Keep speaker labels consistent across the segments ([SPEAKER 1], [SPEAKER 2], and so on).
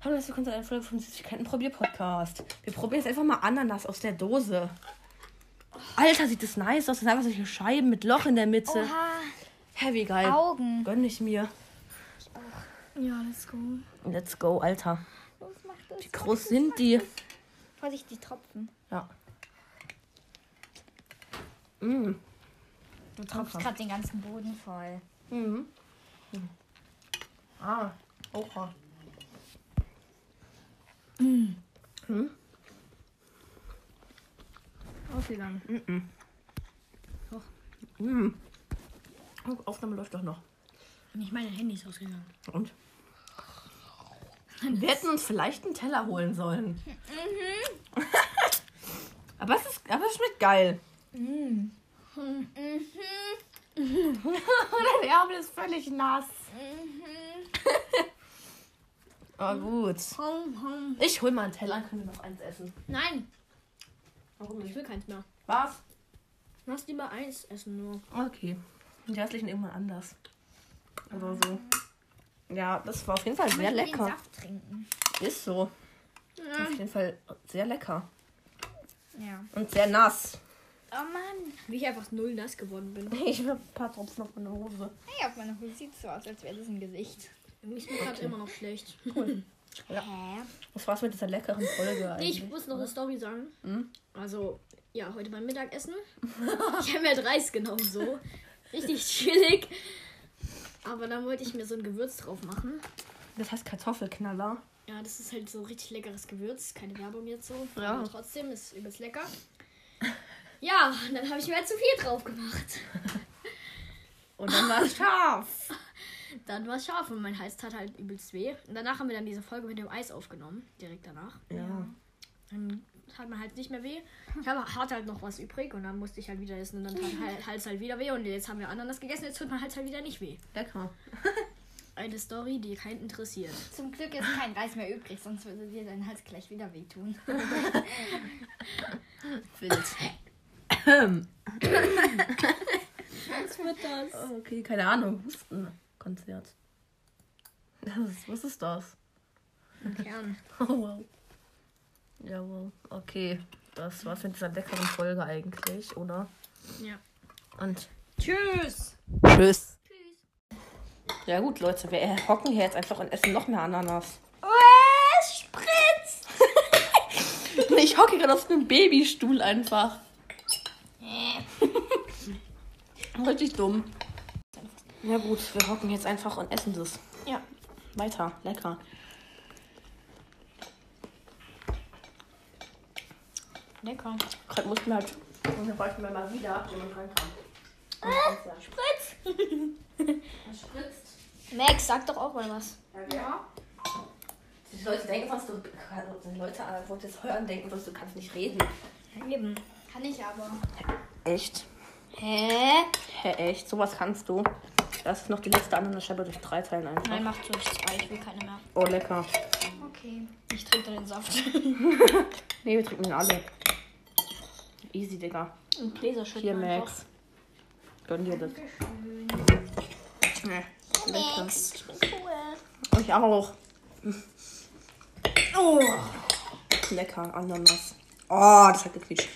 [SPEAKER 1] herzlich willkommen zu einer Folge vom Süßigkeiten-Probier-Podcast. Wir probieren jetzt einfach mal Ananas aus der Dose. Alter, sieht das nice aus. Das sind einfach solche Scheiben mit Loch in der Mitte.
[SPEAKER 2] Oha,
[SPEAKER 1] Hä, wie geil.
[SPEAKER 2] Ah, Augen.
[SPEAKER 1] Gönn ich mir.
[SPEAKER 2] Ja, let's go.
[SPEAKER 1] Let's go, Alter.
[SPEAKER 2] Los, mach das.
[SPEAKER 1] Wie groß sind die?
[SPEAKER 2] Vorsicht, die Tropfen.
[SPEAKER 1] Ja. Mm.
[SPEAKER 2] Du tropfst gerade den ganzen Boden voll.
[SPEAKER 1] Mhm. Ah, oha. Hm?
[SPEAKER 3] Ausgegangen.
[SPEAKER 1] Mm. Oh, Aufnahme läuft doch noch.
[SPEAKER 3] Nicht meine Handy ist ausgegangen.
[SPEAKER 1] Und? Wir hätten uns vielleicht einen Teller holen sollen. aber, es ist, aber es schmeckt geil. Der Ärmel ist völlig nass. Ah, gut.
[SPEAKER 3] Home, home.
[SPEAKER 1] Ich hol mal einen Teller, können wir noch eins essen.
[SPEAKER 3] Nein,
[SPEAKER 1] Warum
[SPEAKER 3] Oh, ich will keins mehr.
[SPEAKER 1] Was?
[SPEAKER 3] Lass lieber eins essen nur.
[SPEAKER 1] Okay. Und die restlichen irgendwann anders. Oder so. Ja, das war auf jeden Fall
[SPEAKER 2] Ich
[SPEAKER 1] sehr
[SPEAKER 2] will den
[SPEAKER 1] lecker.
[SPEAKER 2] Saft trinken.
[SPEAKER 1] Ist so. Auf jeden Fall sehr lecker.
[SPEAKER 2] Ja.
[SPEAKER 1] Und sehr nass.
[SPEAKER 2] Oh Mann.
[SPEAKER 3] Wie ich einfach null nass geworden bin.
[SPEAKER 1] Ich habe ein paar Tropfen auf meiner Hose.
[SPEAKER 2] Hey, auf meiner Hose sieht so aus, als wäre das ein Gesicht.
[SPEAKER 3] Irgendwie ist mir gerade immer noch schlecht.
[SPEAKER 1] Ja.
[SPEAKER 2] Hä?
[SPEAKER 1] Das war's mit dieser leckeren Folge eigentlich.
[SPEAKER 3] Ich muss noch eine Story sagen. Also, ja, heute beim Mittagessen. ich habe mir halt Reis genommen so. Richtig chillig. Aber dann wollte ich mir so ein Gewürz drauf machen.
[SPEAKER 1] Das heißt Kartoffelknaller.
[SPEAKER 3] Ja, das ist halt so richtig leckeres Gewürz. Keine Werbung jetzt so.
[SPEAKER 1] Ja.
[SPEAKER 3] Aber trotzdem ist übelst lecker. Ja, und dann habe ich mir halt zu viel drauf gemacht.
[SPEAKER 1] Und dann war es scharf.
[SPEAKER 3] Dann war es scharf und mein Hals tat halt übelst weh. Und danach haben wir dann diese Folge mit dem Eis aufgenommen, direkt danach.
[SPEAKER 1] Ja.
[SPEAKER 3] Dann tat mir halt nicht mehr weh. Ich habe, hatte halt noch was übrig und dann musste ich halt wieder essen und dann tat halt Hals halt wieder weh und jetzt haben wir Ananas gegessen, jetzt tut mein Hals halt wieder nicht weh.
[SPEAKER 1] Lecker.
[SPEAKER 3] Eine Story, die keinen interessiert.
[SPEAKER 2] Zum Glück ist kein Reis mehr übrig, sonst würde dir dein Hals gleich wieder wehtun.
[SPEAKER 1] Wild.
[SPEAKER 3] Was wird das?
[SPEAKER 1] Okay, keine Ahnung. Hustenkonzert. Das ist, was ist das?
[SPEAKER 3] Ein Kern.
[SPEAKER 1] Oh, wow. Ja, wow. Okay. Das war's mit dieser leckeren Folge eigentlich, oder?
[SPEAKER 3] Ja.
[SPEAKER 1] Und
[SPEAKER 3] Tschüss!
[SPEAKER 1] tschüss. Ja gut, Leute, wir hocken hier jetzt einfach und essen noch mehr Ananas.
[SPEAKER 2] Was? Spritz!
[SPEAKER 1] Ich hocke gerade auf einem Babystuhl einfach.
[SPEAKER 3] Äh.
[SPEAKER 1] Richtig dumm. Ja gut, wir hocken jetzt einfach und essen das. Ja. Weiter, lecker.
[SPEAKER 2] Lecker.
[SPEAKER 1] Gerade mussten wir halt. Und dann wollten wir mal wieder, wenn man dran kann.
[SPEAKER 2] Ah, Spritz!
[SPEAKER 1] Spritzt.
[SPEAKER 2] Max, sag doch auch mal was.
[SPEAKER 1] Ja. Die Leute denken sonst, du. Die Leute äh, wollen jetzt hören, denken sonst, du kannst nicht reden.
[SPEAKER 2] Eben. Kann ich aber.
[SPEAKER 1] Echt?
[SPEAKER 2] Hä?
[SPEAKER 1] Hä, echt? Sowas kannst du. Das ist noch die letzte Ananasscheibe durch drei Teilen einfach.
[SPEAKER 2] Nein, mach durch zwei, ich will keine mehr.
[SPEAKER 1] Oh, lecker.
[SPEAKER 2] Okay. Ich trinke den Saft.
[SPEAKER 1] Nee, wir trinken alle. Easy, Digga.
[SPEAKER 3] Mhm.
[SPEAKER 2] Und Gläser schütten
[SPEAKER 1] Hier, Max. Gönn dir das. Nee.
[SPEAKER 2] Max, ich bin cool.
[SPEAKER 1] Ich auch. Oh. Lecker, Ananas. Oh, das hat gequietscht.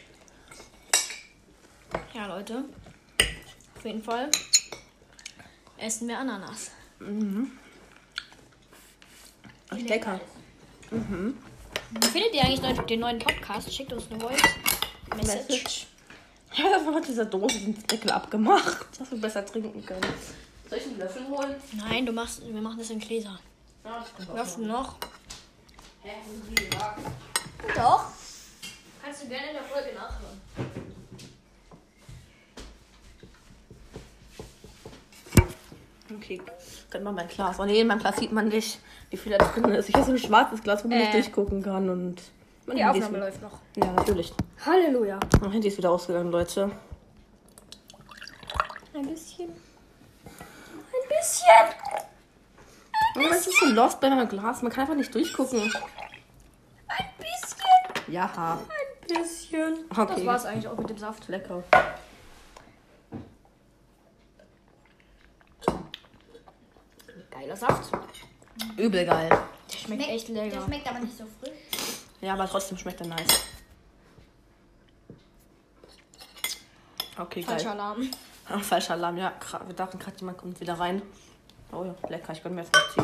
[SPEAKER 3] Ja, Leute. Auf jeden Fall essen wir Ananas.
[SPEAKER 1] Echt lecker.
[SPEAKER 2] Findet ihr eigentlich neu- den neuen Podcast? Schickt uns eine Voice Message.
[SPEAKER 1] Ich habe einfach mit dieser Dose den Deckel abgemacht, dass wir besser trinken können. Soll ich einen Löffel holen?
[SPEAKER 2] Nein, du machst, wir machen das in Gläser.
[SPEAKER 1] Ja, das kann
[SPEAKER 2] Darfst du noch?
[SPEAKER 1] Hä, wie gesagt.
[SPEAKER 2] Doch.
[SPEAKER 3] Kannst du gerne in der Folge nachhören.
[SPEAKER 1] Okay, dann mal mein Glas. Oh nee, in meinem Glas sieht man nicht, wie viel da drin ist. Ich habe so ein schwarzes Glas, wo man nicht
[SPEAKER 3] Äh.
[SPEAKER 1] durchgucken kann und... Mein
[SPEAKER 3] Die
[SPEAKER 1] Handy ist
[SPEAKER 3] Aufnahme
[SPEAKER 1] wieder-
[SPEAKER 3] läuft noch.
[SPEAKER 1] Ja, natürlich.
[SPEAKER 3] Halleluja.
[SPEAKER 1] Mein Handy ist wieder ausgegangen, Leute.
[SPEAKER 3] Ein bisschen.
[SPEAKER 2] Ein bisschen.
[SPEAKER 1] Ja, das Oh, ist so lost bei meinem Glas. Man kann einfach nicht durchgucken.
[SPEAKER 2] Ein bisschen.
[SPEAKER 1] Ja.
[SPEAKER 2] Ein bisschen.
[SPEAKER 1] Okay.
[SPEAKER 3] Das war's eigentlich auch mit dem Saft.
[SPEAKER 1] Lecker.
[SPEAKER 3] Geiler Saft.
[SPEAKER 1] Übel geil.
[SPEAKER 2] Schmeckt echt lecker.
[SPEAKER 4] Der schmeckt aber nicht so frisch.
[SPEAKER 1] Ja, aber trotzdem schmeckt er nice. Okay,
[SPEAKER 2] Falscher
[SPEAKER 1] geil.
[SPEAKER 2] Alarm.
[SPEAKER 1] Ah, falscher Alarm, ja. gra- Wir dachten gerade, jemand kommt wieder rein. Oh ja, lecker. Ich gönn mir jetzt noch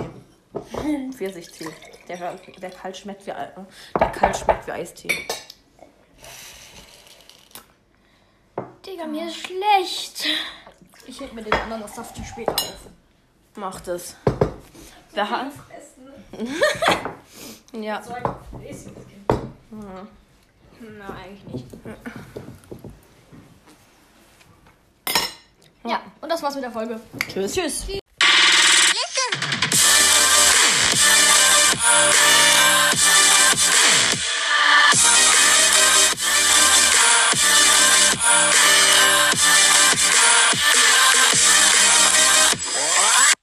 [SPEAKER 1] Tee. Pfirsichtee. Der, hört- der kalt schmeckt wie, Ei- der kalt schmeckt wie Eistee.
[SPEAKER 2] Digga, mir ist schlecht. Ich heb mir den Ananassaft für später auf.
[SPEAKER 1] Macht es. Wer hat... ja.
[SPEAKER 2] Na, eigentlich nicht.
[SPEAKER 1] Ja.
[SPEAKER 2] Ja, und das war's mit der Folge.
[SPEAKER 1] Tschüss. Tschüss.
[SPEAKER 4] Tschüss.